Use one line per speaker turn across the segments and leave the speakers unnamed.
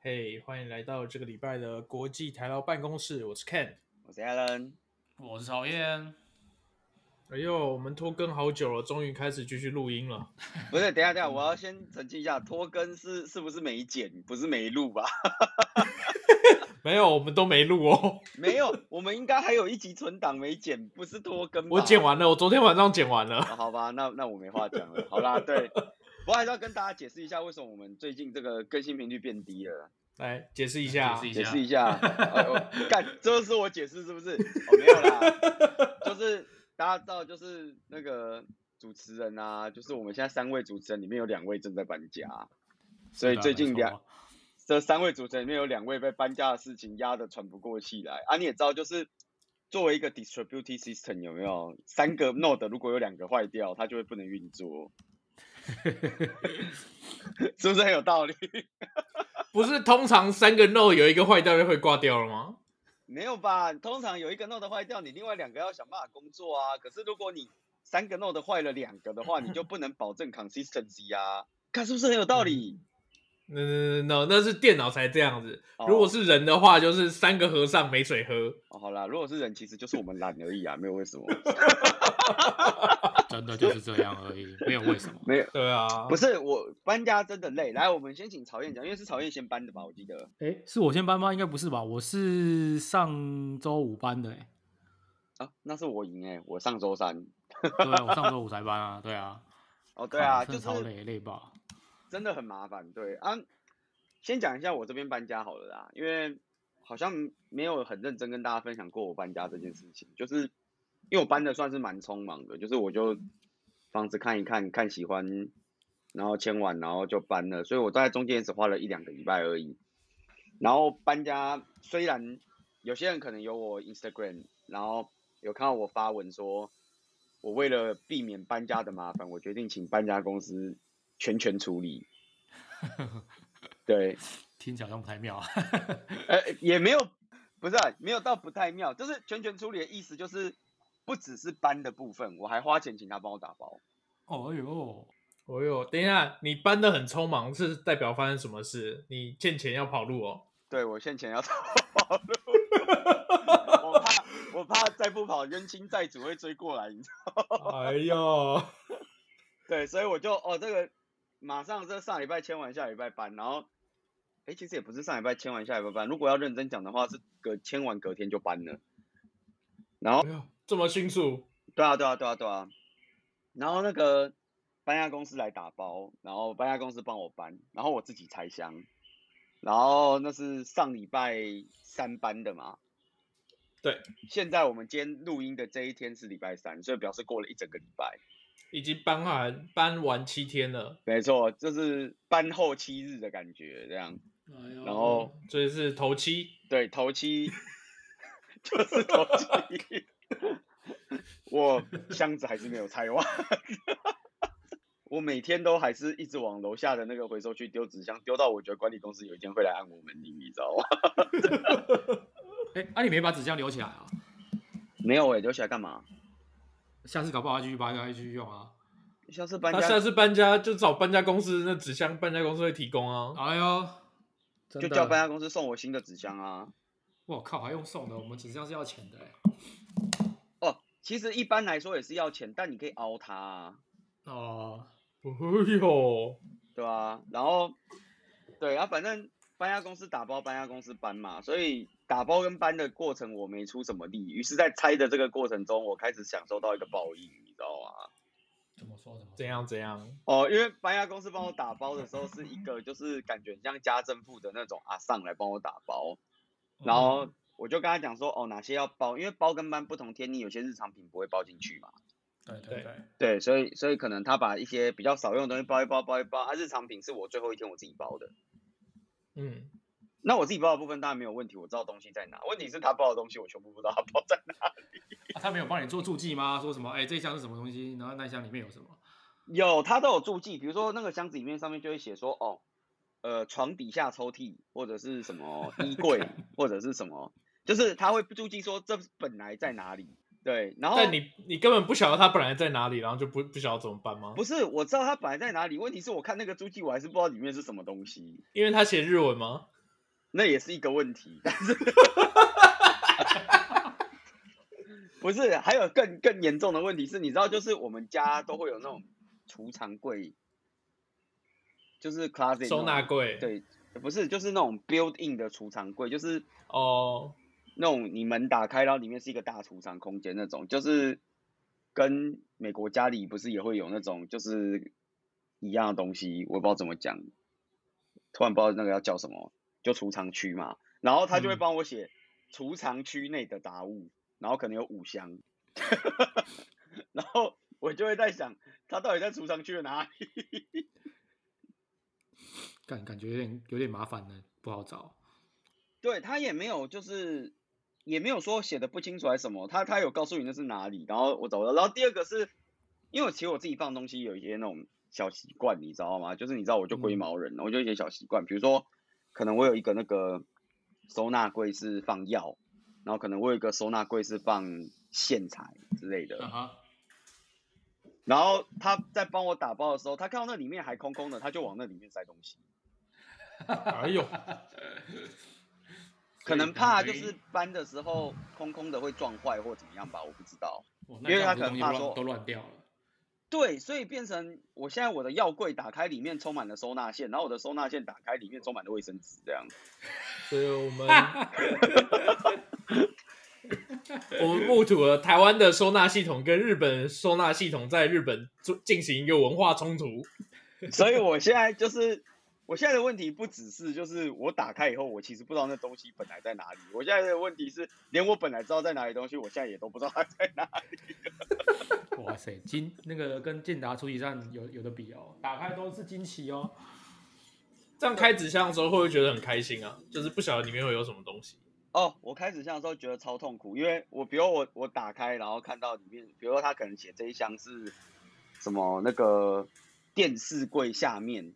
嘿欢迎来到这个礼拜的国际台劳办公室，我是 Ken。
我是 Alan，
我是曹燕，
哎呦，我们拖更好久了，终于开始继续录音了。
不是，等一下等一
嗯
下，我要先澄清一下，拖更是是不是没剪，不是没录 吧？
没有，我们都没录哦。
没有，我们应该还有一集存档没剪，不是拖更吧。
我剪完了，我昨天晚上剪完了。
啊好吧，那那我没话讲了。好 啦，对，我还是要跟大家解释一下，为什么我们最近这个更新频率变低了。
来解释一下啊，
解释一
解释一下， 哎我干、这是我解释是不是？哦，没有啦，就是大家知道，就是那个主持人啊，就是我们现在三位主持人里面有两位正在搬家，所以最近
没错
两这三位主持人里面有两位被搬家的事情压得喘不过气来啊！你也知道，就是作为一个 distributed system，有没有三个 node 如果有两个坏掉，它就会不能运作， 是不是很有道理？
不是通常三个 no 有一个坏掉就会挂掉了吗？
没有吧？通常有一个 Node 坏掉，你另外两个要想办法工作啊。可是如果你三个 Node 坏了两个的话，你就不能保证 consistency 啊。看是不是很有道理？
那那那那是电脑才这样子，
哦
如果是人的话，就是三个和尚没水喝。
哦，好啦，如果是人，其实就是我们懒而已啊，没有为什么，
真的就是这样而已，没有为 什么。
没有。
对啊，
不是我搬家真的累，来，我们先请曹燕讲，因为是曹燕先搬的吧？我记得
哎、是我先搬吗？应该不是吧？我是上周五搬的、欸，
啊，那是我赢哎、我上周三
对啊，我上周五才搬啊，对啊，
哦， 对啊，
看
就
真的
是
超累累爆。
真的很麻烦，对啊。先讲一下我这边搬家好了啦，因为好像没有很认真跟大家分享过我搬家这件事情，就是因为我搬的算是蛮匆忙的，就是我就房子看一看，看喜欢，然后签完，然后就搬了，所以我大概中间也只花了一两个礼拜而已。然后搬家虽然有些人可能有我 Instagram，然后有看到我发文说，我为了避免搬家的麻烦，我决定请搬家公司全权处理。对，
听起来好像不太妙啊。
呃，也没有，不是、啊、没有到不太妙，就是全权处理的意思，就是不只是搬的部分，我还花钱请他帮我打包。
哦哟，
哦哟，等一下，你搬的很匆忙，是代表发生什么事？你欠钱要跑路 哦？
对我现钱要走 我怕我怕再不跑，冤亲债主会追过来，你知道吗？
哎呦，
对，所以我就哦，这个马上这上礼拜签完，下礼拜搬，然后，哎，其实也不是上礼拜签完，下礼拜搬。如果要认真讲的话，是隔签完隔天就搬了。然后
哎呦，这么迅速？
对啊，对啊，对啊，对啊。然后那个搬家公司来打包，然后搬家公司帮我搬，然后我自己拆箱。然后那是上礼拜三搬的嘛。
对。
现在我们今天录音的这一天是礼拜三，所以表示过了一整个礼拜。
已经搬完搬完七天了，
没错，就是搬后七日的感觉这样。
哎呦
然后
哦所以是头七。
对头七 就是头七， 我箱子还是没有拆完。 我每天都还是一直往楼下的那个回收区丢纸箱，丢到我觉得管理公司有一天会来按我门铃，你知道吗？
哎、啊你没把纸箱留起来啊？
没有哎、留起来干嘛？
下次搞不好要继续搬，要继续用啊。
下次搬
他
家
下次搬家就找搬家公司，那纸箱搬家公司会提供啊。
哎呦，真
就
的
叫搬家公司送我新的纸箱啊。
我靠，还用送的？我们纸箱是要钱的、欸。
哦，其实一般来说也是要钱，但你可以凹它啊，
哦，
哎呦，
对吧、然后，对啊，反正搬家公司打包，搬家公司搬嘛，所以打包跟搬的过程我没出什么力，于是，在拆的这个过程中，我开始享受到一个报应，你知道吗？
怎么说怎么说
怎样怎样？
哦，因为搬家公司帮我打包的时候，是一个就是感觉很像家政妇的那种阿上来帮我打包，然后我就跟他讲说，哦，哪些要包，因为包跟搬不同天，你有些日常品不会包进去嘛。
对
对
对对，
对，所以所以可能他把一些比较少用的东西包一包包一包，啊，日常品是我最后一天我自己包的，
嗯，
那我自己包的部分当然没有问题，我知道东西在哪。问题是他包的东西我全部不知道他包在哪。
啊他没有帮你做注记吗？说什么？哎、这一箱是什么东西？然后那一箱里面有什么？
有，他都有注记，比如说那个箱子里面上面就会写说，哦，呃，床底下抽屉或者是 什么衣柜或者是什么，就是他会注记说这本来在哪里。对，然后
但你你根本不晓得他本来在哪里，然后就不不晓得怎么办吗？
不是我知道他本来在哪里，问题是我看那个注记我还是不知道里面是什么东西。
因为他写日文吗？
那也是一个问题， 但是不是还有更更严重的问题是，你知道，就是我们家都会有那种储藏柜，就是 closet
收纳
那种，
柜，，
对，不是就是那种 built in 的储藏柜，就是
哦，
那种你门打开，然后里面是一个大储藏空间那种，就是跟美国家里不是也会有那种就是一样的东西，我也不知道怎么讲，突然不知道那个要叫什么，就储藏区嘛。然后他就会
嗯
帮我写储藏区内的杂物，然后可能有五箱， 然后我就会在想，他到底在储藏区的哪里？
感感觉有点有点麻烦呢，不好找。
对他也没有，就是也没有说写的不清楚还是什么，他他有告诉你那是哪里，然后我找到。然后第二个是，因为我其实我自己放东西有一些那种小习惯，你知道吗？就是你知道我就龟
嗯
毛人，我就有一些小习惯，比如说可能我有一个那个收纳柜是放药，然后可能我有一个收纳柜是放线材之类的，
啊
嗯
哈，
然后他在帮我打包的时候，他看到那里面还空空的，他就往那里面塞东西。
哎呦，
可能
所以
怕
感
就
觉
是搬的时候空空的会撞坏或怎么样吧，我不知道。
哇那
因为
这
他
样
可
子
能
东西
怕
都
说
乱都乱掉了。
对，所以变成我现在我的药柜打开里面充满了收纳线，然后我的收纳线打开里面充满了卫生纸，这样。
所以我 们 我们目睹了台湾的收纳系统跟日本收纳系统在日本做进行一个文化冲突。
所以我现在就是我现在的问题不只是就是我打开以后，我其实不知道那东西本来在哪里。我现在的问题是，连我本来知道在哪里的东西，我现在也都不知道它在哪里。
哇塞，惊那个跟健达初级站有有的比哦，打开都是惊奇哦。
这样开纸箱的时候会不会觉得很开心啊？就是不晓得里面会有什么东西。
哦，我开始像的时候觉得超痛苦，因为我比如我我打开，然后看到里面，比如说他可能写这一箱是什么那个电视柜下面，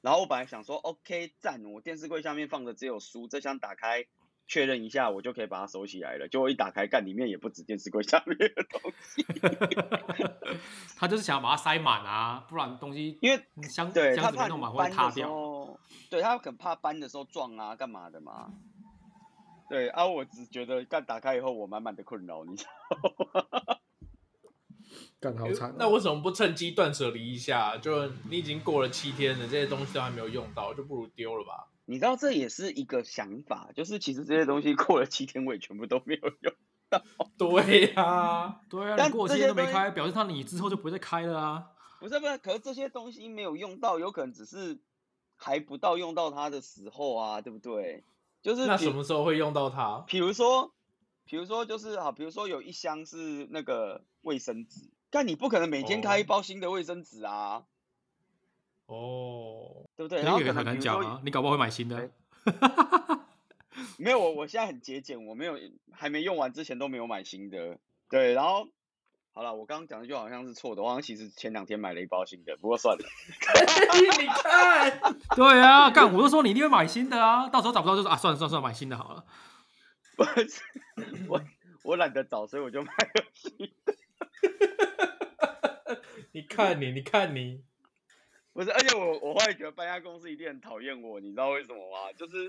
然后我本来想说 OK 赞，我电视柜下面放的只有书，这箱打开确认一下，我就可以把它收起来了。结果一打开，干里面也不止电视柜下面的东西，
他就是想要把它塞满啊，不然东西嗯
因为
箱
对
箱
他
子没
怕
弄
你
满会
搬
塌
的时
掉。
候，对他很怕搬的时候撞啊干嘛的嘛。对啊，我只觉得干打开以后我满满的困扰，你知道吗
干好惨哦、
那为什么不趁机断舍离一下？就你已经过了七天了，这些东西都还没有用到，就不如丢 了吧。
你知道这也是一个想法，就是其实这些东西过了七天我也全部都没有用。
对呀、
对啊，
但
你过
这
几
些
天都没
东西
开，表示他你之后就不会再开了啊。
不是不是，可是这些东西没有用到，有可能只是还不到用到它的时候啊，对不对？就是
那
比
什么时候会用到它？
比如说，比如说就是好，比如说有一箱是那个卫生纸，但你不可能每天开一
哦
包新的卫生纸啊，
哦，
对不对？然
那
后
个也
可
很难
能比如
讲
说
啊，你搞不好会买新
哎
的。
没有，我我现在很节俭，我没有还没用完之前都没有买新的。对，然后好了，我刚刚讲的就好像是错的，我好像其实前两天买了一包新的，不过算了。
哎
你看，
对啊，干我都说你一定会买新的啊，到时候找不到就说啊，算了算了算了，买新的好了。
不是，我我懒得找，所以我就买了。
你看你，你看你，
不是，而且我我后来觉得搬家公司一定很讨厌我，你知道为什么吗？就是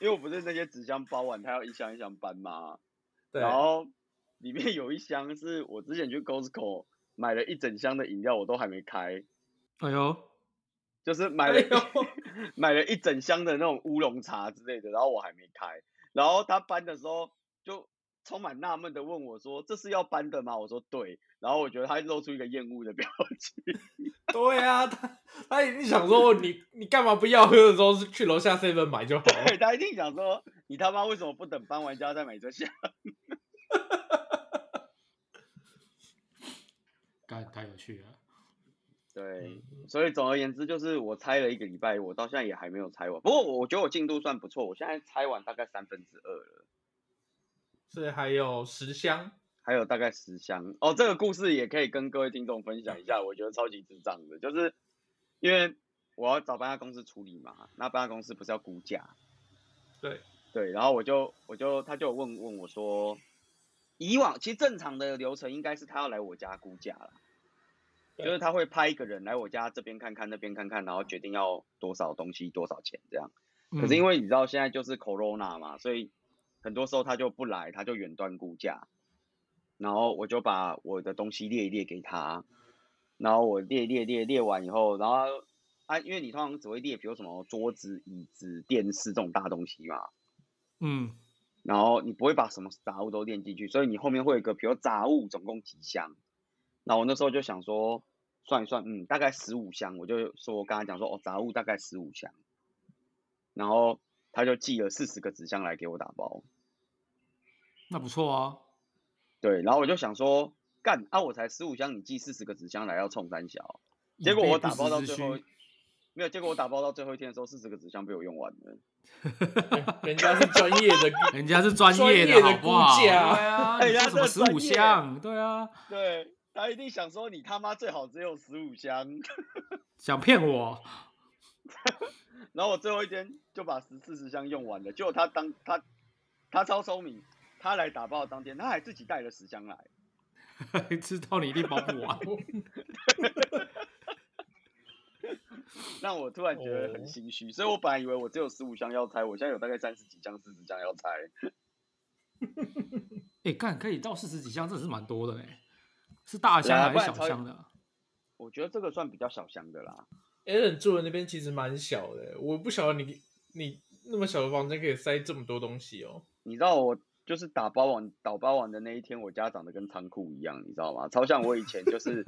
因为我不是那些纸箱包完，它要一箱一箱搬吗？
对，
然后里面有一箱是我之前去 Costco 买了一整箱的饮料，我都还没开，
哎呦，
就是买
哎
了、
呦，
买了一 整箱的那种乌龙茶之类的，然后我还没开。然后他搬的时候就充满纳闷的问我说：“这是要搬的吗？”我说：“对。”然后我觉得他露出一个厌恶的表情。
对啊，他他一定想说哦你你干嘛不要喝的时候是去楼下 seven 买就好了。
对他一定想说：“你他妈为什么不等搬完家再买这些
干太有趣了。？”
嗯
对，所以总而言之，就是我拆了一个礼拜，我到现在也还没有拆完。不过我我觉得我进度算不错，我现在拆完大概三分之二了，
所以还有十箱，
还有大概十箱。哦，这个故事也可以跟各位听众分享一下，我觉得超级智障的，就是因为我要找搬家公司处理嘛，那搬家公司不是要估价？
对，
对，然后我就我就他就有问问我说，以往其实正常的流程应该是他要来我家估价啦，就
对
是他会派一个人来我家这边看看那边看看，然后决定要多少东西多少钱这样。可是因
为
为你知道现在就是 corona 嘛，所以很多时候他就不来，他就远端估价，然后我就把我的东西列一列给他，然后我列列列列完以后，然后他就啊，因为你通常只会列，比如什么桌子、椅子、电视这种大东西嘛，
嗯
然后你不会把什么杂物都列进去，所以你后面会有一个，比如杂物总共几箱，那我那时候就想说算一算，嗯，大概十五箱，我就说我刚才讲说哦，杂物大概十五箱，然后他就寄了四十个纸箱来给我打包，
那不错啊，
对，然后我就想说干啊，我才十五箱，你寄四十个纸箱来要冲三小，结果
以备
我
不
打
时
包到
之
最后
需，
没有，结果我打包到最后一天的时候，四十个纸箱被我用完了。
人家是专业的，
人家是专业
专业的
好不好？
估价
对啊，
哎
你
人家
说什么
是
十
专
五
业
箱？对啊，
对他一定想说你他妈最好只有十五箱。
想骗我？
然后我最后一天就把十四十箱用完了，结果他当他他超聪明，他来打包的当天他还自己带了十箱来，
知道你一定帮不完。
让我突然觉得很心虚。所以我本来以为我只有十五箱要拆，我现在有大概三十几箱、四十箱要拆。
哎，干可以到四十几箱，真的是蛮多的嘞。是大
对
箱
啊
还
不然
是小
超
箱的？
我觉得这个算比较小箱的啦。
Allen 住的那边其实蛮小的，我不晓得你你那么小的房间可以塞这么多东西哦。
你知道我就是打包完打包完的那一天，我家长得跟仓库一样，你知道吗？超像我以前就是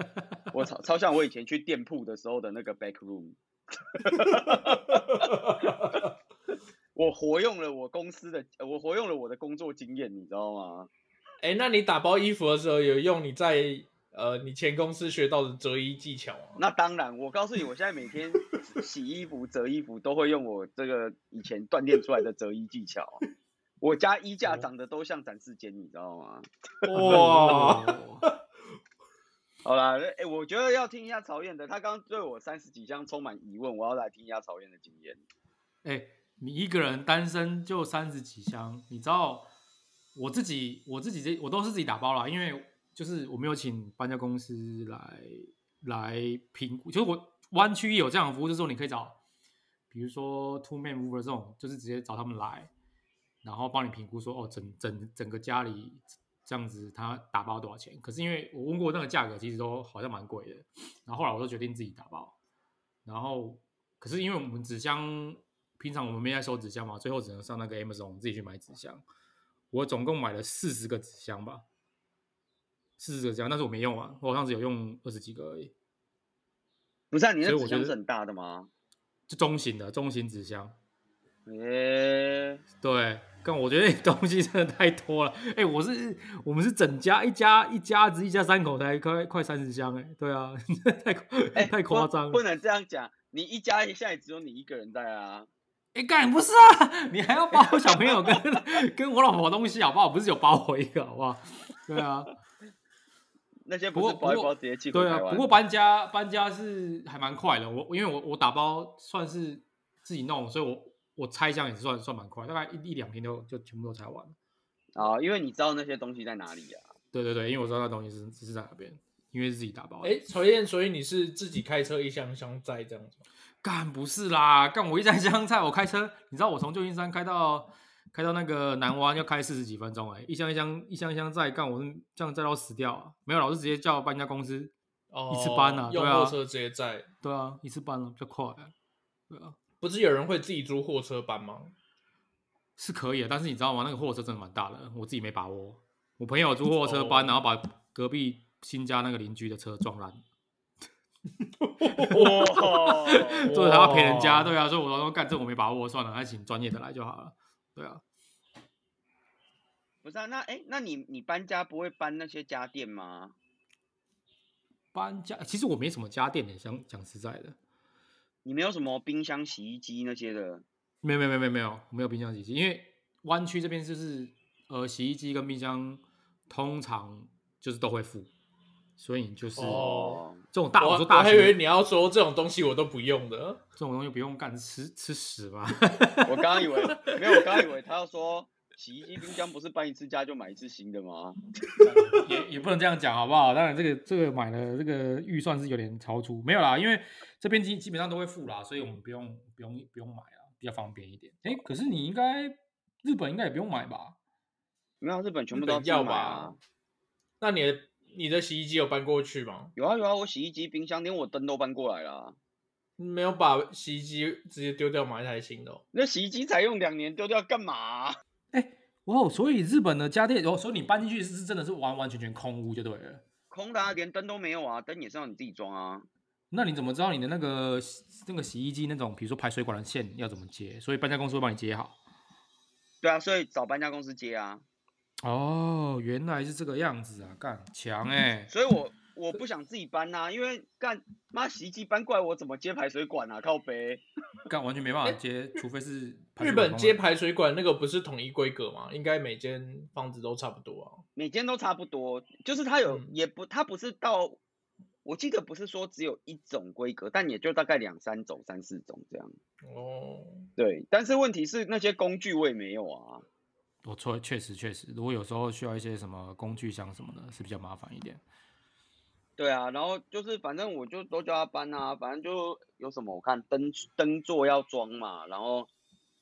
我超超像我以前去店铺的时候的那个 back room。我活用了我公司的，呃我活用了我的工作经验，你知道吗？
哎、那你打包衣服的时候有用你在呃你前公司学到的折衣技巧吗？
那当然，我告诉你，我现在每天洗衣服、折衣服都会用我这个以前锻炼出来的折衣技巧。我家衣架长得都像展示间，你知道吗？
哇，
哦，
好啦，哎、我觉得要听一下曹燕的，他刚刚对我三十几项充满疑问，我要来听一下曹燕的经验。
哎，你一个人单身就三十几箱，你知道我自己我自己这我都是自己打包啦，因为就是我没有请搬家公司来来评估，就是我湾区有这样的服务，就是说你可以找，比如说 Two Man Mover 这种，就是直接找他们来，然后帮你评估说哦，整整整个家里这样子他打包多少钱？可是因为我问过那个价格，其实都好像蛮贵的，然后后来我就决定自己打包，然后可是因为我们纸箱平常我们没在收纸箱嘛，最后只能上那个 Amazon 自己去买纸箱，我总共买了四十个纸箱吧。四十个纸箱，但是我没用完，我好像只有用二十几个而已。
不是、啊，你那
所以我
纸
觉
箱
得
是很大的吗？
就中型的中型纸箱。
诶、
对，但我觉得 东西真的太多了。哎、我是我们是整家一家一家子一家三口才快快三十箱哎、对啊， 太夸
哎
太夸张
不，不。
了
能这样讲。你一家现在只有你一个人在啊，
哎，干、不是啊， 你还要包小朋友跟跟我老婆东西好不好？不是有包我一个好不好？对啊，
那些
不
不
过
是包一
不过
包直接寄回
对
台
啊。
湾。
不过搬家搬家是还蛮快的，我因为我我打包算是自己弄，所以我我拆箱也是算算蛮快，大概一一两天就就全部都拆完了。
啊，因为你知道那些东西在哪 里呀、啊。
对对对，因为我知道那东西是是在哪边，因为是自己打包的。
哎、曹燕，所以你是自己开车一箱箱载这样子吗？
干不是啦，干我一在香菜，我开车，你知道我从旧金山开到开到那个南湾要开四十几分钟哎、一箱一箱一箱一箱载，干我是这样载到死掉啊！没有啦，老是直接叫搬家公司，
哦，
一次搬啊
用
对啊
货车直接载，
对啊，一次搬了比较快、啊，对啊，
不是有人会自己租货车搬吗？
是可以啊的，但是你知道吗？那个货车真的蛮大的，我自己没把握。我朋友租货车搬，
哦
然后把隔壁新家那个邻居的车撞烂，
哇，
所以他要赔人家，
哇
对啊，所以我说干这我没把握，算了，还请专业的来就好了，对啊。
不是啊，那哎、那你你搬家不会搬那些家电吗？
搬家，其实我没什么家电的，欸讲讲实在的，
你没有什么冰箱、洗衣机那些的？
没有没有没有没有没有没有冰箱洗衣机，因为湾区这边就是呃洗衣机跟冰箱通常就是都会付，所以你就是、
哦
这种 大
我
我说
我
大
还以为
学
你要说这种东西我都不用的，
这种东西不用干吃吃屎吧？
我刚刚以为没有，我刚刚以为他要说洗衣机、冰箱不是搬一次家就买一次新的吗？
也也不能这样讲好不好？当然这个这个买了这个预算是有点超出，没有啦，因为这边基基本上都会付啦，所以我们不用不用不用买啦。比较方便一点。哎，可是你应该日本应该也不用买吧？
没有啊，日本全部
日本
都要自己
要
买
吧
啊。
那你的你的洗衣机有搬过去吗？
有啊有啊，我洗衣机、冰箱，连我灯都搬过来了啊。
没有把洗衣机直接丢掉，买一台新的、哦。
那洗衣机才用两年，丢掉干嘛啊、
哇、哦，所以日本的家电，哦，所以你搬进去是真的是完完全全空屋就对了。
空的啊，连灯都没有啊，灯也是要你自己装啊。
那你怎么知道你的那个洗那个洗衣机那种，比如说排水管的线要怎么接？所以搬家公司会帮你接好。
对啊，所以找搬家公司接啊。
哦，原来是这个样子啊，干强哎、
所以我我不想自己搬呐、因为干妈洗衣机搬过来，我怎么接排水管啊？靠背。
干完全没办法接，除非是排
日
水管
本
帮
接
忙
排水管那个不是统一规格吗？应该每间房子都差不多啊。
每间都差不多，就是它有、
嗯
也不，它不是到，我记得不是说只有一种规格，但也就大概两三种、三四种这样。
哦，
对，但是问题是那些工具我也没有啊。
我错，确实确实，如果有时候需要一些什么工具箱什么的，是比较麻烦一点。
对啊，然后就是反正我就都叫他搬啊，反正就有什么我看灯灯座要装嘛，然后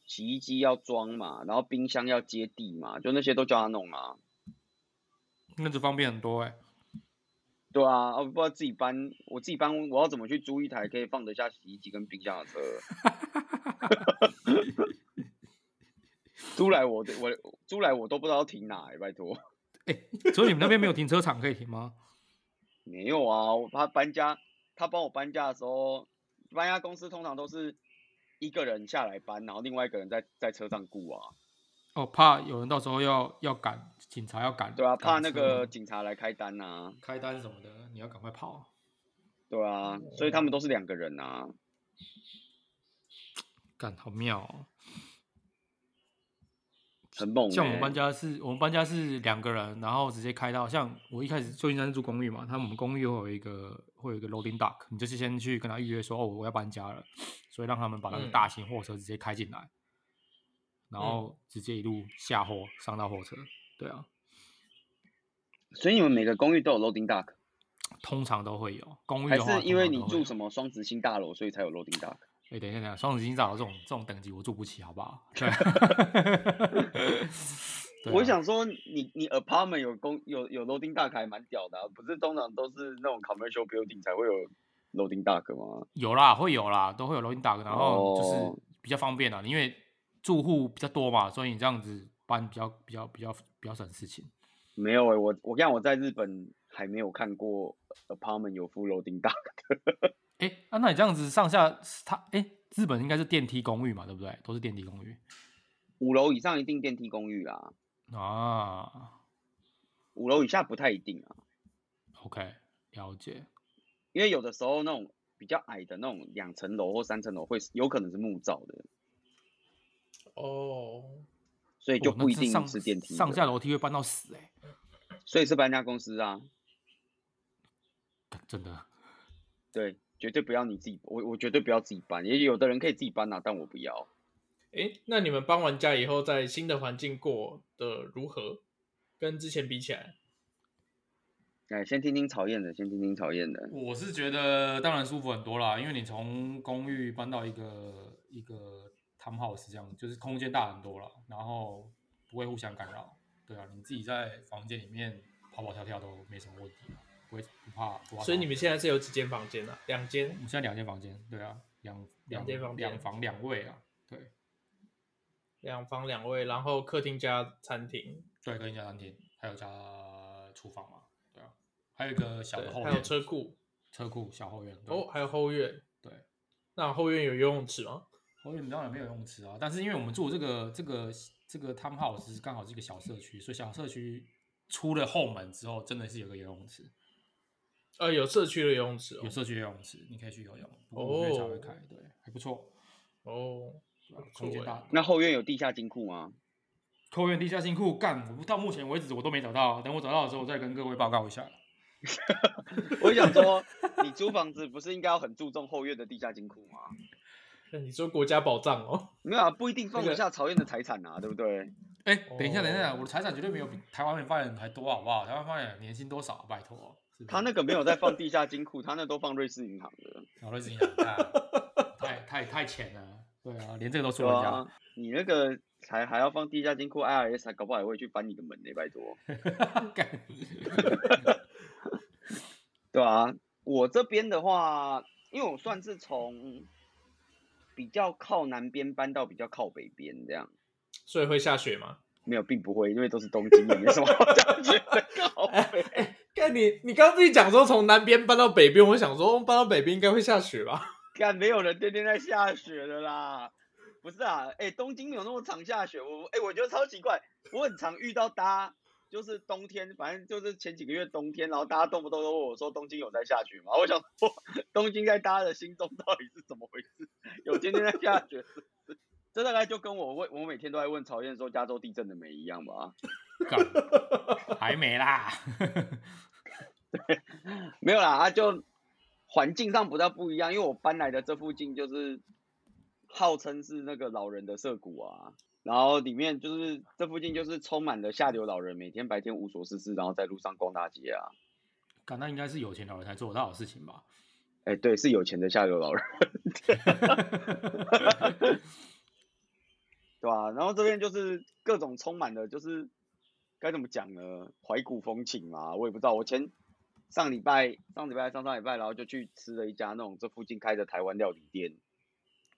洗衣机要装嘛，然后冰箱要接地嘛，就那些都叫他弄啊。
那就方便很多哎、
对啊，我不知道自己搬，我自己搬，我要怎么去租一台可以放得下洗衣机跟冰箱的车？ 租来我的我租来我都不知道停哪、欸，拜托。
所以你们那边没有停车场可以停吗？
没有啊，我他搬家，他帮我搬家的时候，搬家公司通常都是一个人下来搬，然后另外一个人在在车上雇啊，
哦，怕有人到时候要要赶警察要赶，
对啊，
赶
怕那
车
个
嘛
警察来开单啊，
开单什么的，你要赶快跑。啊
对啊，所以他们都是两个人啊，
干好妙、哦！
很猛、欸。
像我们搬，家是，我们搬家是两个人，然后直接开到像我一开始旧金山是住公寓嘛，他们我们公寓会有一个会有一个 loading dock，你就是先去跟他预约说哦我要搬家了，所以让他们把那个
嗯
大型货车直接开进来，然
嗯
后直接一路下货上到货车，对啊，
所以你们每个公寓都有 loading dock，
通常都会有公寓
还
的话，
是因为你住
么？
什么双子星大楼，所以才有 loading dock？
哎、等一下，等一下，双子星大楼这种这种等级我住不起，好 不好？对， 对啊
我想说你，你 apartment 有公有有 loading dock 还蛮屌的、啊，不是通常都是那种 commercial building 才会有 loading dock 吗？
有啦，会有啦，都会有 loading dock，然后就是
哦
比较方便啦，因为住户比较多嘛，所以你这样子搬比较比较比较比较省事情。
没有诶、欸我我跟你讲，我在日本还没有看过 apartment 有附 loading dock。
哎、啊，那你这样子上下它哎、日本应该是电梯公寓嘛，对不对？都是电梯公寓
五楼以上一定电梯公寓啦，
啊。
五楼以下不太一定啊，
OK，了解。
因为有的时候那种比较矮的那种两层楼或三层楼会有可能是木造的，
哦，
所以就
哦那
不一
这
定
上
是电梯的
上下楼梯会搬到死哎、
所以是搬家公司啊，
干真的。
对，绝对不要你自己，我我绝对不要自己搬，也有的人可以自己搬啊，但我不要。
诶，那你们搬完家以后，在新的环境过得如何？跟之前比起来，
哎，先听听曹燕的，先听听曹燕的。
我是觉得当然舒服很多啦，因为你从公寓搬到一个一个 townhouse 这样，就是空间大很多了，然后不会互相干扰。对啊，你自己在房间里面跑跑跳跳都没什么问题啊，不会不怕不怕。
所以你们现
在
在是有几间房间啊？两间
我。们现在两间房间，对啊，两
两间房间
两房两卫啊，对
两房两卫，然后客厅加餐厅，
对，跟一家餐厅，还有加厨房嘛，对啊，还有一个小
对
的后，院，
还有车库，
车库小后院，对
哦，还有后院。
对。
那后院有游泳池吗？
后院当然没有游泳池啊，但是因为我们住的这个这个这个 t o w n house 是刚好是一个小社区，所以小社区出了后门之后，真的是有个游泳池，
呃，有社区的游泳池哦
有。社区游泳池，你可以去游泳。不过我们才会开，对，还不错，
哦，
对吧
不错
空间
欸
大。
那后院有地下金库吗？
后院地下金库干，我到目前为止我都没找到，等我找到的时候，我再跟各位报告一下。
我想说，你租房子不是应该要很注重后院的地下金库吗？
那你说国家宝藏哦？
没有啊，不一定放
那
得
个
下曹燕的财产啊，对不对？
哎、等一下，
哦
等一下，我的财产绝对没有比台湾发言人还多，好不好？台湾发言人年薪多少？拜托，是不是
他那个没有在放地下金库，他那都放瑞士银行的。
小瑞士银行干太太太浅了，对啊，连这个都
对
说人家。
啊，你那个才还要放地下金库 IRS，还搞不好也会去翻你的门呢、拜托。
啊
干
对啊，我这边的话，因为我算是从比较靠南边搬到比较靠北边这样，
所以会下雪吗？
没有，并不会，因为都是东京，也没什么 好讲解的。靠北，
看你，你刚自己讲说从南边搬到北边，我想说、哦搬到北边应该会下雪吧？
干没有人天天在下雪的啦。不是啊，哎、东京没有那么常下雪，我哎、我觉得超奇怪，我很常遇到搭。就是冬天，反正就是前几个月冬天，然后大家动不动都问我说东京有在下雪吗？我想说，东京在大家的心中到底是怎么回事？有天天在下雪是不是，这大概就跟我问我每天都在问曹燕说加州地震了没一样吧？
干还没啦，
没有啦，啊就环境上不大不一样，因为我搬来的这附近就是号称是那个老人的社谷啊，然后里面就是这附近就是充满了下流老人，每天白天无所事事，然后在路上逛大街啊。
干那应该是有钱老人才做得到的事情吧？
哎，对，是有钱的下流老人， 对吧、然后这边就是各种充满了，就是该怎么讲呢？怀古风情嘛，我也不知道。我前上礼拜、上礼拜、上上礼拜，然后就去吃了一家那种这附近开的台湾料理店，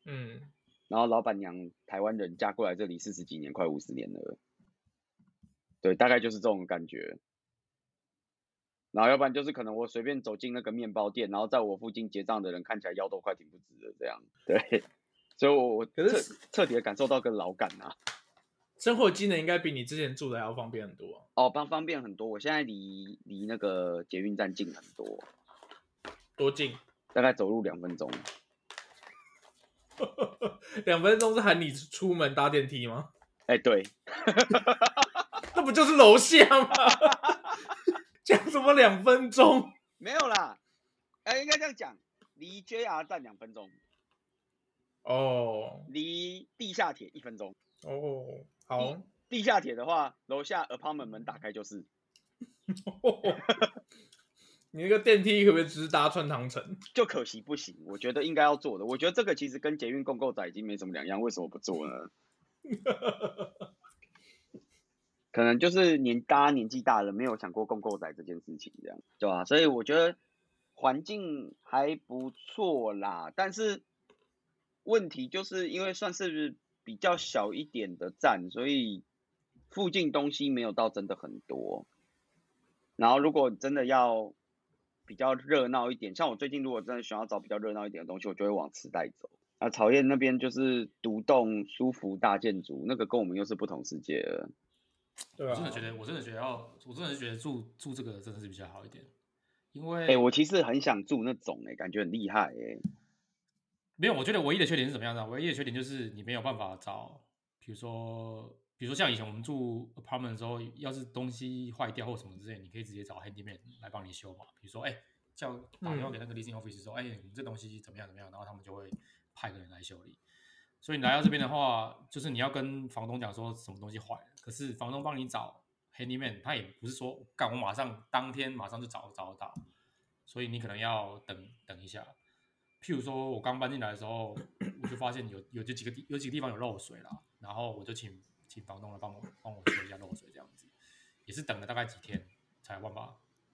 嗯，
然后老板娘台湾人嫁过来这里四十几年，快五十年了，对，大概就是这种感觉。然后要不然就是可能我随便走进那个面包店，然后在我附近结账的人看起来腰都快挺不直了，这样对，所以我我
可
彻
是
彻底的感受到个老感啊，
生活机能应该比你之前住的还要方便很多啊、
哦，方方便很多，我现在离离那个捷运站近很多，
多近？
大概走路两分钟，
两分钟是喊你出门搭电梯吗？
哎，对，
那不就是楼下吗？ 讲什么两分钟？
没有啦，哎，应该这样讲，离 JR 站两分钟，
哦
离地下铁一分钟。
哦，好，
地下铁的话，楼下 apartment 门打开就是。
你那个电梯可不可以直达穿堂城？
就可惜不行，我觉得应该要做的。我觉得这个其实跟捷运共购仔已经没什么两样，为什么不做呢？可能就是年大家年纪大了，没有想过共购仔这件事情，这样对吧、所以我觉得环境还不错啦，但是问题就是因为算是比较小一点的站，所以附近东西没有到真的很多。然后如果真的要比较热闹一点，像我最近如果真的想要找比较热闹一点的东西，我就会往磁带走。啊，草燕那边就是独栋舒服大建筑，那个跟我们又是不同世界了。
对
我
啊
真，的觉得，我真的觉得要，我真的觉得住住这个真的是比较好一点，因为
哎、我其实很想住那种、欸，感觉很厉害、欸，
没有，我觉得唯一的缺点是怎么样呢？唯一的缺点就是你没有办法找，比如说，比如说像以前我们住 apartment 的时候，要是东西坏掉或什么之类，你可以直接找 handyman 来帮你修嘛。比如说，哎、叫打电话给那个 leasing office 说，哎、我们这东西怎么样怎么样，然后他们就会派个人来修理。所以你来到这边的话，就是你要跟房东讲说什么东西坏了，可是房东帮你找 handyman，他也不是说干我马上当天马上就找找得到，所以你可能要等等一下。譬如说我刚搬进来的时候，我就发现有有这几个地有几个地方有漏水啦，然后我就请请房东来帮我帮我修一下漏水，这样子也是等了大概几天才有办法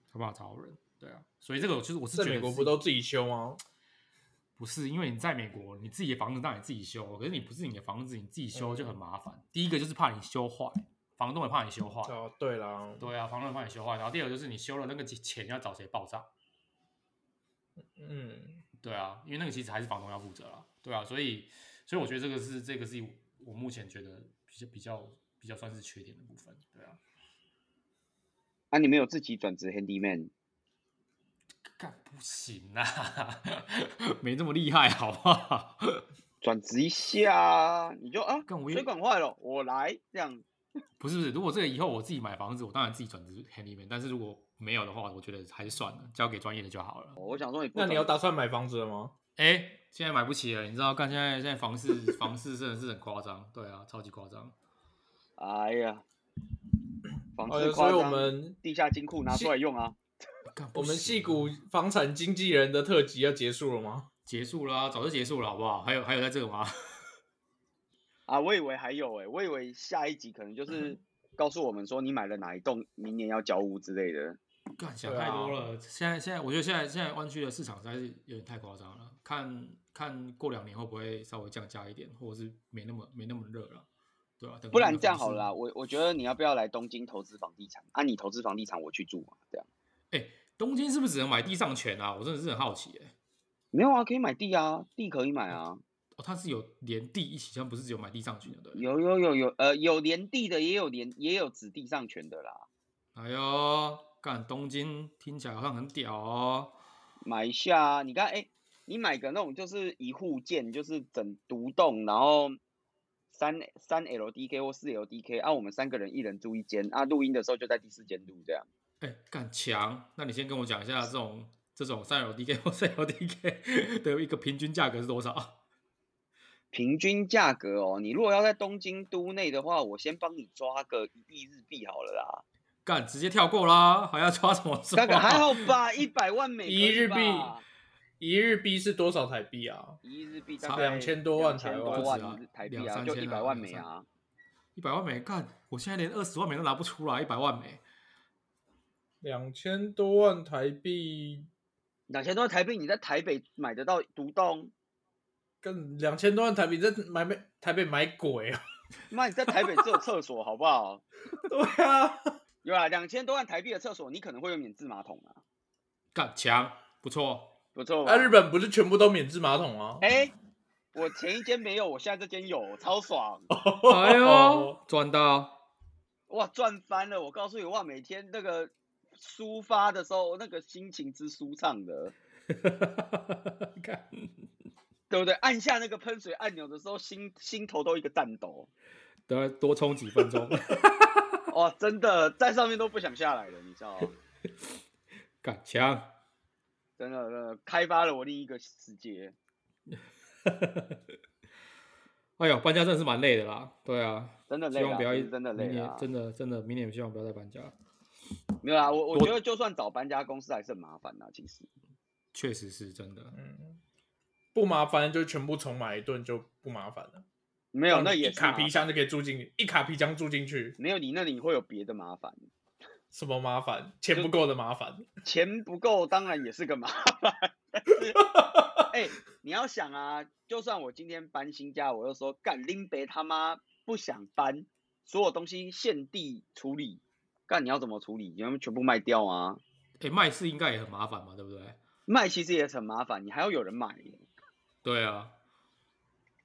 才有办法找人，对啊，所以这个我就是我是
在
觉
美
得
国
是
不都自己修吗？
不是，因为你在美国，你自己的房子让你自己修，啊可是你不是你的房子，你自己
嗯
修就很麻烦。第一个就是怕你修坏，房东也怕你修坏。
哦，对啦，
对啊，房东也怕你修坏。然后第二个就是你修了那个钱要找谁报账？
嗯，
对啊，因为那个其实还是房东要负责啦。对啊，所以所以我觉得这个是这个是我目前觉得比较比较比较算是缺点的部分。对啊，
啊，你们有自己转职 handyman？
干不行啊， 没这么厉害，好不好？
转职一下啊，你就啊，
干我也
水管坏了，我来这样。
不是不是，如果这个以后我自己买房子，我当然自己转职 handyman，但是如果没有的话，我觉得还是算了，交给专业的就好了。
我想说你不
那你要
转
打算买房子了吗？
哎、现在买不起了，你知道？看现在现在房市房市真的是很夸张，对啊，超级夸张。
哎 呀，房
哦
子
所
夸
以我
张
们
地下金库拿
是
出来用啊。
干不
我们
行啊
戏骨房产经纪人的特辑要结束了吗？
结束了啊、早就结束了，好不好？还有还有在这个吗？
啊，我以为还有哎、我以为下一集可能 就是告诉我们说你买了哪一栋，明年要交屋之类的。
干想
对啊
太多了。现在现在，我觉得现在现在湾区的市场实在是有点太夸张了。看看过两年会不会稍微降价一点，或者是没那么没那么热了，对吧、啊？等
不然
那个
这样
房
好
市
了啦，我我觉得你要不要来东京投资房地产？啊，你投资房地产，我去住嘛，这样。
东京是不是只能买地上权啊？我真的是很好奇哎、
没有啊，可以买地啊，地可以买啊，
哦，它是有连地一起，像不是只有买地上权的，对不对？
有有有有，呃，有连地的，也有连也有指地上权的啦，
哎呦，干东京听起来好像很屌哦。
买一下啊。你看，哎、你买个那种就是一户建，就是整独栋，然后三三 LDK 或四 LDK，啊，我们三个人一人住一间，啊，录音的时候就在第四间录这样。
哎，干强！那你先跟我讲一下这种这种三 LDK 或四 LDK 的一个平均价格是多少？
平均价格哦，你如果要在东京都内的话，我先帮你抓个一亿日币好了啦。
干直接跳过啦，还要抓什么抓？
大概还好吧，一百万美
一
可以
日币
吧
一日币是多少台币啊？
一日币
差
大概
2000多万台
2000
湾
多
不止
万
啊
台币
两
啊，
三
就
千
一
啊
百万
两
美
三
啊。
一百万美干！我现在连二十万美都拿不出来，一百万美。
两千多万台币，
两千多万台币，你在台北买得到独栋？
跟两千多万台币在买美台北买鬼 啊！
妈，你在台北只有厕所好不好？
对啊，
有啊，两千多万台币的厕所，你可能会有免治马桶啊，
干强，不错。
不错吧
啊，？日本不是全部都免治马桶吗？
哎、我前一间没有，我现在这间有，超爽！
哎呦，赚到！
哇，赚翻了！我告诉你，哇，每天那个抒发的时候，那个心情之舒畅的，
看，
对不对？按下那个喷水按钮的时候，心心头都一个颤抖。
等下多充几分钟。
哇，真的在上面都不想下来了，你知道吗？
干强。
真的，真的开发了我另一个世界。
哎呦，搬家真的是蛮累的啦。对啊，
真的累
希望
啦，
不要
其
一
实真的
明
累啊
年
啦，
真的真的明年希望不要再搬家。
没有啦，我我
多
觉得就算找搬家公司还是很麻烦啦，其实。
确实是真的。
嗯，不麻烦就全部重买一顿就不麻烦了。
没
没
有，那也
一
是啊
卡
麻
皮
烦。
箱就可以住进去，一卡皮箱住进去，
没有你那里会有别的麻烦，
什么麻烦？钱不够的麻烦。
钱不够当然也是个麻烦。但是，哎、你要想啊，就算我今天搬新家，我就说干林北他妈不想搬，所有东西现地处理，干你要怎么处理？你要全部卖掉啊？
哎、卖是应该也很麻烦嘛，对不对？
卖其实也很麻烦，你还要有人买耶
对啊，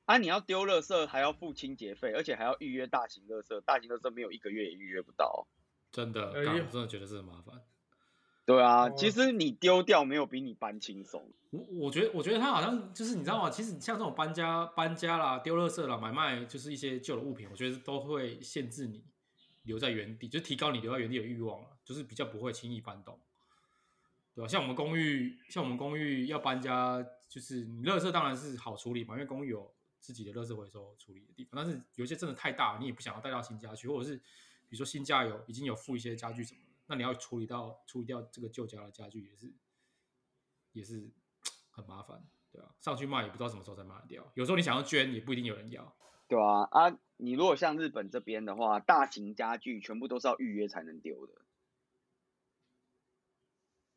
啊！你要丢垃圾还要付清洁费，而且还要预约大型垃圾，大型垃圾没有一个月也预约不到。
真的，
哎呦
干我真的觉得是很麻烦。
对啊，
哦
其实你丢掉没有比你搬轻松。
我我觉得，我觉得他好像就是你知道吗？其实像这种搬家、搬家啦、丢垃圾啦、买卖，就是一些旧的物品，我觉得都会限制你留在原地，就提高你留在原地的欲望了，就是比较不会轻易搬动，对吧、啊像我们公寓，像我们公寓要搬家，就是你垃圾当然是好处理嘛，因为公寓有自己的垃圾回收处理的地方，但是有一些真的太大，你也不想要带到新家去，或者是比如说新家有已经有附一些家具什么的，那你要处理到处理掉这个旧家的家具也是也是很麻烦，对啊，上去卖也不知道什么时候才卖得掉，有时候你想要捐也不一定有人要，
对啊，啊，你如果像日本这边的话，大型家具全部都是要预约才能丢的，你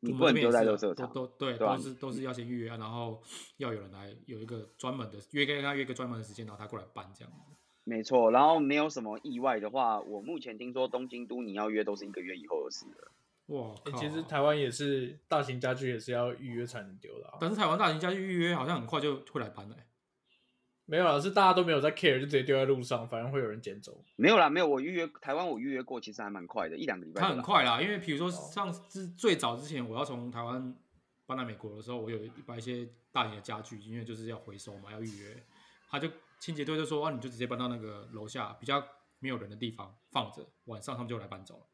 我
不能
们这边也
丢在
是
垃
啊
圾场。
都都对，
对啊
都是都是要先预约啊，然后要有人来有一个专门的约跟他约一个专门的时间，然后他过来搬这样子。
没错，然后没有什么意外的话，我目前听说东京都你要约都是一个月以后的事了。
哇
哦
欸
靠！
其实台湾也是大型家具也是要预约才能丢的、啊，
但是台湾大型家具预约好像很快就会来搬的、欸。
没有啊，是大家都没有在 care，就直接丢在路上，反正会有人捡走。
没有啦，没有，我预约台湾我预约过，其实还蛮快的，一两个礼拜。
它很。快啦，因为比如说上次最早之前，我要从台湾搬来美国的时候，我有把一些大型的家具，因为就是要回收嘛，要预约，他就清洁队就说啊，你就直接搬到那个楼下比较没有人的地方放着，晚上他们就来搬走了。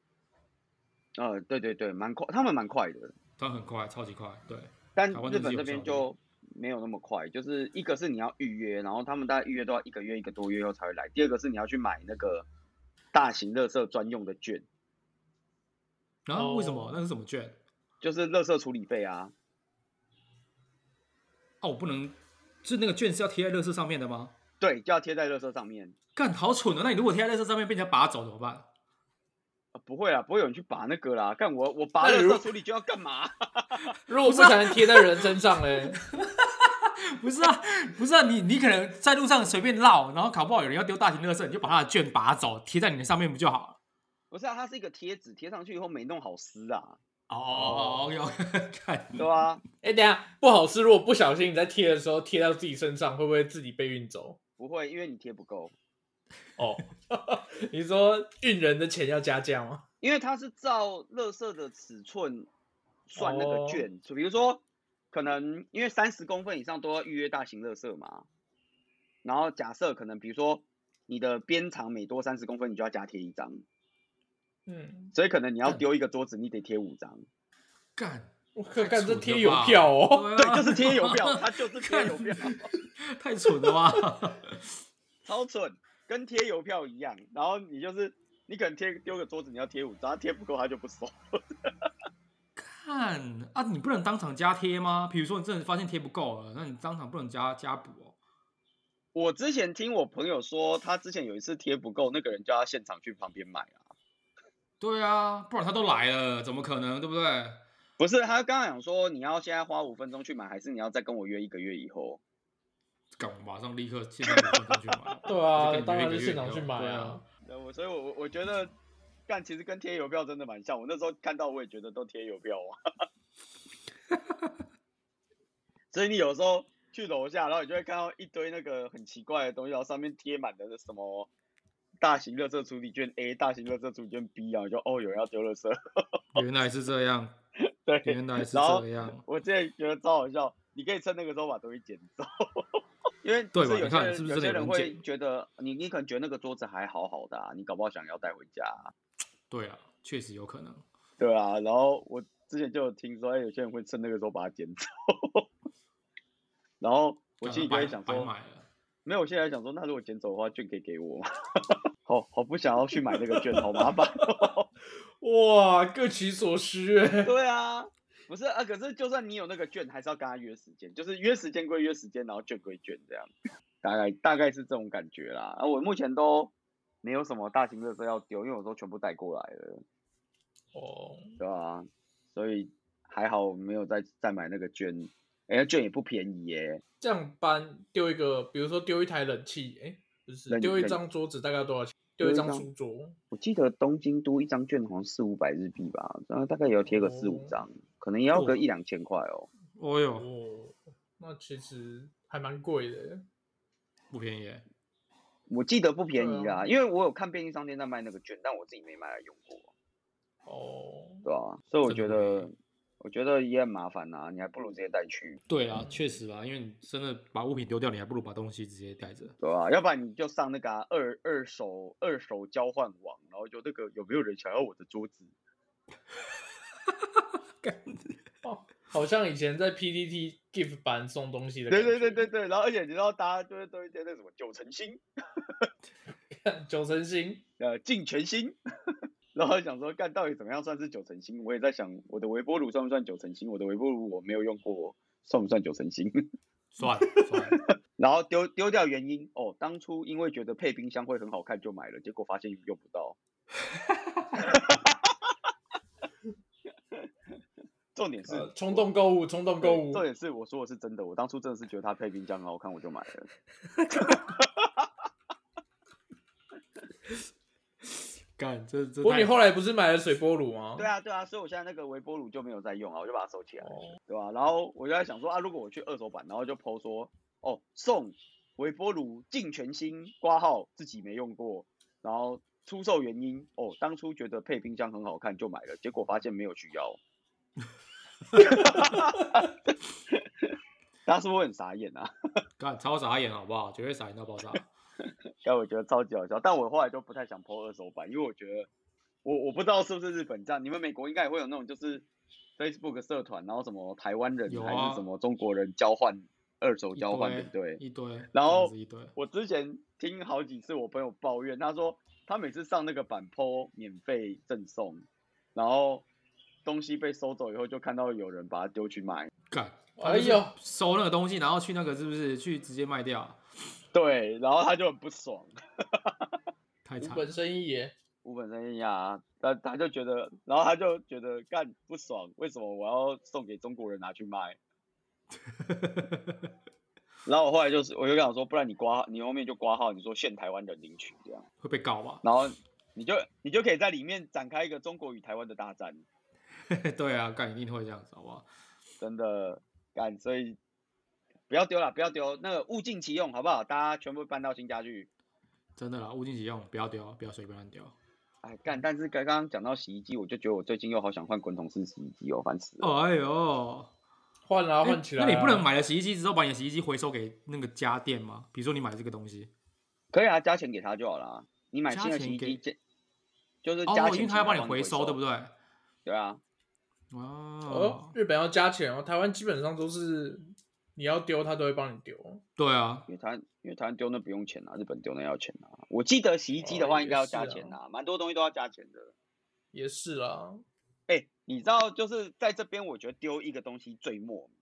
呃，对对对，蛮快，他们蛮快的，
他很快，超级快，对，
但
台湾
日
真的
本这
是有
边
效率
就没有那么快，就是一个是你要预约，然后他们大概预约都要一个月一个多月后才会来；第二个是你要去买那个大型垃圾专用的券，
然后为什
哦
么？那是什么券？
就是垃圾处理费啊。
啊哦，我不能，是那个券是要贴在乐色上面的吗？
对，就要贴在垃圾上面。
干好蠢哦！那你如果贴在垃圾上面被人家拔走怎么办？
啊不会啦，不会有人去拔那个啦。干我我拔
那
垃
如
圾处理就要干嘛？
如果不小心贴在人身上 嘞，
不是啊，不是啊，你你可能在路上随便绕，然后搞不好有人要丢大型垃圾，你就把他的券拔走，贴在你的上面不就好了？
不是啊，它是一个贴纸，贴上去以后没弄好撕啊，
哦，OK，看
对吧、
哎、等一下不好吃。如果不小心你在贴的时候贴到自己身上，会不会自己被运走？
不会，因为你贴不够，
哦，你说运人的钱要加价吗？
因为它是照垃圾的尺寸算那
哦
个券，就比如说可能因为三十公分以上都要预约大型垃圾嘛，然后假设可能比如说你的边长每多三十公分，你就要加贴一张，
嗯，
所以可能你要丢一个桌子，你得贴五张，
干，
我靠，
太
干
蠢
这
了
贴邮
吧
票哦，
对
对，
啊
就是贴邮票，它就是贴邮票，
太蠢了吧？
超蠢，跟贴邮票一样，然后你就是。你可能贴丢个桌子，你要贴五张，它贴不够它就不收。
看啊，你不能当场加贴吗？比如说你真的发现贴不够了，那你当场不能加加补哦。
我之前听我朋友说，他之前有一次贴不够，那个人叫他现场去旁边买啊。
对啊，不然他都来了，怎么可能？对不对？
不是，他刚刚讲说你要现在花五分钟去买，还是你要再跟我约一个月以后？
赶我马上立刻现在马上去买
。对啊
就跟你
当然
约一个
是
月
现场
以后
去买
对
啊
啊。
那我所以我，我我觉得，干其实跟贴邮票真的蛮像。我那时候看到我也觉得都贴邮票啊。 所以你有时候去楼下，然后你就会看到一堆那个很奇怪的东西，然后上面贴满了那什么大型垃圾处理券 A、大型垃圾处理券 B 啊，你就哦有人要丢垃圾，
原来是这样，
对，
原来 是
然后
这样。
我之前觉得超好笑，你可以趁那个时候把东西捡走， 因为
对
不
嘛
是有
你
些
看
人
是不是
有
真的
些人
有人
会
捡
觉得你你可能觉得那个桌子还好好的、啊，你搞不好想要带回家啊、
对啊，确实有可能。
对啊。然后我之前就有听说，哎、有些人会趁那个时候把它捡走， 然后我
干
心里就
白
会想
白
说，
买了。
没有，我现在想说，那如果捡走的话，券可以给我吗？ 好好不想要去买那个券，好麻烦、 哦。
哇，各取所需哎。
对啊。不是啊，可是就算你有那个券，还是要跟他约时间，就是约时间归约时间，然后券归券这样，大概大概是这种感觉啦。啊，我目前都没有什么大型垃圾要丢，因为我都全部带过来了，
哦，
对吧、所以还好没有再再买那个券，哎、券也不便宜耶、
这样搬丢一个，比如说丢一台冷气，哎、不是
冷
丢一
冷
张桌子大概多少钱？
丢
丢一
一
张
张
书桌，
我记得东京都一张券好像四五百日币吧，然后大概也要贴个四五
哦
张，可能也要
哦
个一两千块哦。
哦哟，
哦，那其实还蛮贵的。
不便宜耶。
我记得不便宜
对
啦，
啊
因为我有看便利商店在卖那个券，但我自己没买来用过。
哦，
对啊，所以我觉
真的不便
得，我觉得也很麻烦呐、你还不如直接带去，
对啊，确实啊，因为你真的把物品丢掉，你还不如把东西直接带着。
对吧、要不然你就上那个啊、二二手二手交换网，然后就那个有没有人想要我的桌子？
好像以前在 PPT GIF 版送东西的感
对
觉，
对对对对，然后而且你知道大家就会都会贴那个什么九成新，
对， 九成新，
呃，尽全新。 然后想说，干到底怎么样算是九成新？我也在想，我的微波炉算不算九成新？我的微波炉我没有用过，算不算九成新？
算算，
然后丢丢掉原因哦，当初因为觉得配冰箱会很好看就买了，结果发现用不到。 重点是
呃，冲动购物，冲动购
对
物，
重点是我说的是真的，我当初真的是觉得它配冰箱很好看，我就买了。
干这这
不过你
太
后来不是买了水波炉吗？
对啊，对啊，所以我现在那个微波炉就没有在用啊，我就把它收起来了，
哦
对啊吧、然后我就在想说啊，如果我去二手版，然后就抛说哦送微波炉尽全新挂号自己没用过，然后出售原因哦，当初觉得配冰箱很好看就买了，结果发现没有需要。大家是不是会很傻眼啊？
干超傻眼好不好？绝对傻眼到爆 炸。
但我觉得超级好笑，但我后来就不太想抛二手版，因为我觉得我我不知道是不是日本这样，你们美国应该也会有那种就是 Facebook 社团，然后什么台湾人、
有
还
啊
是什么中国人交换二手
一
交换，
堆
对不对？
一堆，
然后
真的是一堆。
我之前听好几次我朋友抱怨，他说他每次上那个版 PO 免费赠送，然后东西被收走以后，就看到有人把它丢去卖。
干，
哎呦，
收那个东西，然后去那个是不是去直接卖掉啊？
对，然后他就很不爽，
太
无
惨了
本。生意耶，
无本生意啊，他他就觉得，然后他就觉得干不爽，为什么我要送给中国人拿去卖？然后我后来就是，我就跟他说，不然你挂号，你后面就挂号，你说限台湾人领取这样，
会被告吧？
然后你就你就可以在里面展开一个中国与台湾的大战，
对啊，干一定会这样子，好不好？
真的干，所以不要丢了，不要丢，那个物尽其用，好不好？大家全部搬到新家去。
真的啦，物尽其用，不要丢，不要随便乱丢。
哎，干！但是刚刚讲到洗衣机，我就觉得我最近又好想换滚筒式洗衣机哦，烦死了。
哎呦，
换啦换起来
那
啊，
你不能买了洗衣机之后把你的洗衣机回收给那个家电吗？比如说你买这个东西，
可以啊，加钱给他就好了啊。你买
加
新的
钱
洗衣
给
机，加就是
哦
加，钱、
因为它要帮你回收，对不
对？
对？
对啊，
哦
哦，，
呃日本要加钱哦，台湾基本上都是你要丢，他都会帮你丢。
对啊，
因为台湾因为台湾丢那不用钱啊，日本丢那要钱啊。我记得洗衣机的
哦
话
也
应该要
是
加
啊
钱啊，蛮、多东西都要加钱的。
也是啦，
哎、你知道就是在这边，我觉得丢一个东西最莫名，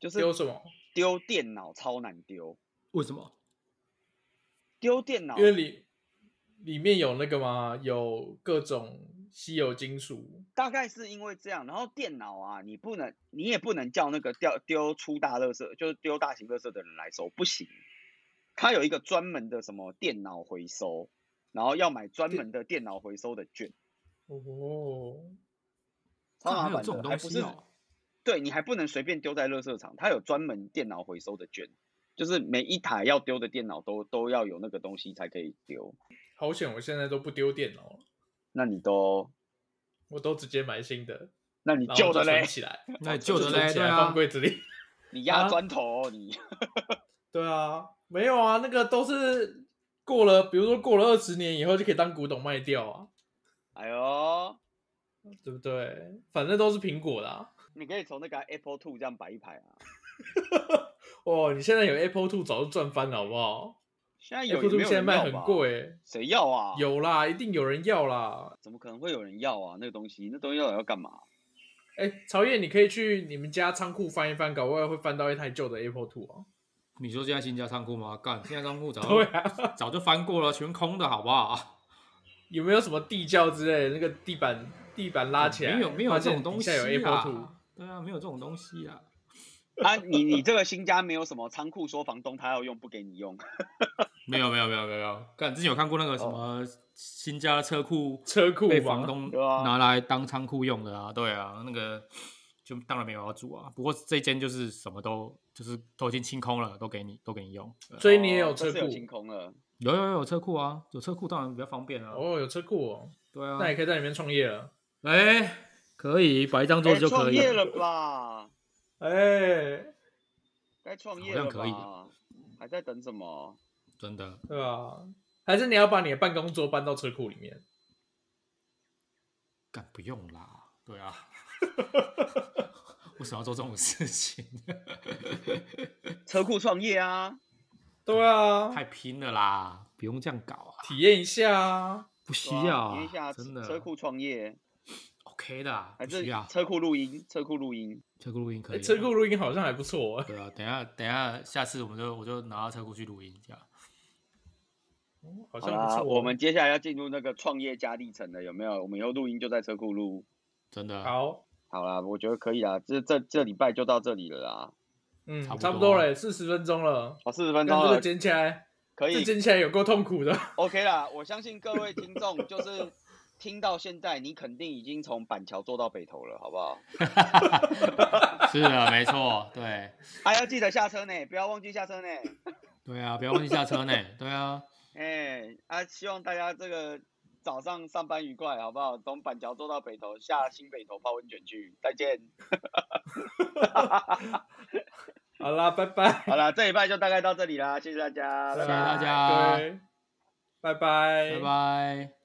就是
丢什么？
丢电脑超难丢，
为什么？
丢电脑
因为里里面有那个嘛，有各种稀有金属，
大概是因为这样，然后电脑啊，你不能，你也不能叫那个掉丢出大垃圾，就是丢大型垃圾的人来收，不行。它有一个专门的什么电脑回收，然后要买专门的电脑回收的券，
哦，
超麻
干还有
烦
这种
的，还
东
不
西
是
哦。
对你还不能随便丢在垃圾场，它有专门电脑回收的券，就是每一台要丢的电脑都都要有那个东西才可以丢。
好险！我现在都不丢电脑了，
那你都，
我都直接买新的，
那你
然后
旧
就
的嘞
存，起来，
那
就
旧的
存
嘞，
起
对
来
啊
放，柜子里。
你
啊
压砖头、哦你
对啊，没有啊，那个都是过了，比如说过了二十年以后就可以当古董卖掉啊，
哎呦，
对不对？反正都是苹果的、啊。
你可以从那个 Apple Two 这样摆一排啊。
哦，你现在有 Apple Two 早就赚翻了，好不好
现在有
？Apple
哎也
Two
没有
哎现在
人
卖
要
很
吧？
贵，
谁要啊？，
有啦，一定有人要啦。
怎么可能会有人要啊？那个东西，那东西要要干嘛？
哎，曹燕，你可以去你们家仓库翻一翻，搞不好会翻到一台旧的 Apple Two 啊。
你说现在新家仓库吗？干，现在仓库早
对
就
啊，
早就翻过了，全空的好不好？
有没有什么地窖之类的？那个地板地板拉起来，
没有没有
发
这种
现
东
底
西
下有 Apple Two，
啊，对啊，没有这种东西啊。
啊，你你这个新家没有什么仓库，说房东他要用不给你用，
没有没有没有没有没有，干之前有看过那个什
哦
么新家的车库
车库
被
嘛
房东
对啊
拿来当仓库用的啊，对啊，那个 就当然没有要住啊。不过这间就是什么都就是都已经清空了，都给你都给你用。对啊
所以你也有
哦这
车
是
库
有清空了。
有有有车库啊，有车库当然比较方便啊。
哦，有车库哦，
对啊
那，也可以在里面创业了。
哎、可以摆一张桌
哎
子就可
创
以
业了吧？
哎、
该创
好
业
像
了
可以
吧？还在等什么？
真的。
对吧？还是你要把你的办公桌搬到车库里面？
干不用啦，对啊， 为什么要做这种事情？
车库创业啊！
对啊，
太拼了啦，不用这样搞啊，
体验一下啊。
不需
对啊
要
体验一下
啊，真的
车库创业，
OK 的啊，
还
不需
是
要
车库录音？车库录音，
车库录音可
哎
以啊，
车库录音好像还不错、啊，
对啊，等一下等一下，下次我们就我就拿到车库去录音，这样
好
好
像不错、哦
啦，我们接下来要进入那个创业加历程了，有没有？我们以后录音就在车库录。
真的
好，
好啦，我觉得可以啦，这这这礼拜就到这里了啦。
嗯，
差不多
差不多了，四十分钟了，
好，哦四十分钟
让这
了
个，捡起来，
可
这
以
捡起来有够痛苦的。
OK 啦，我相信各位听众就是听到现在，你肯定已经从板桥坐到北投了，好不好？
是的，没错，对
还、啊要记得下车呢，不要忘记下车呢。
对啊，不要忘记下车呢，对啊，
哎、啊，希望大家这个早上上班愉快，好不好？从板桥坐到北投，下新北投泡温泉去，再见。
好啦，拜拜，
好啦，这礼拜就大概到这里啦，谢谢大家，
谢
拜
谢谢
拜
大家，
对，拜拜，
拜拜。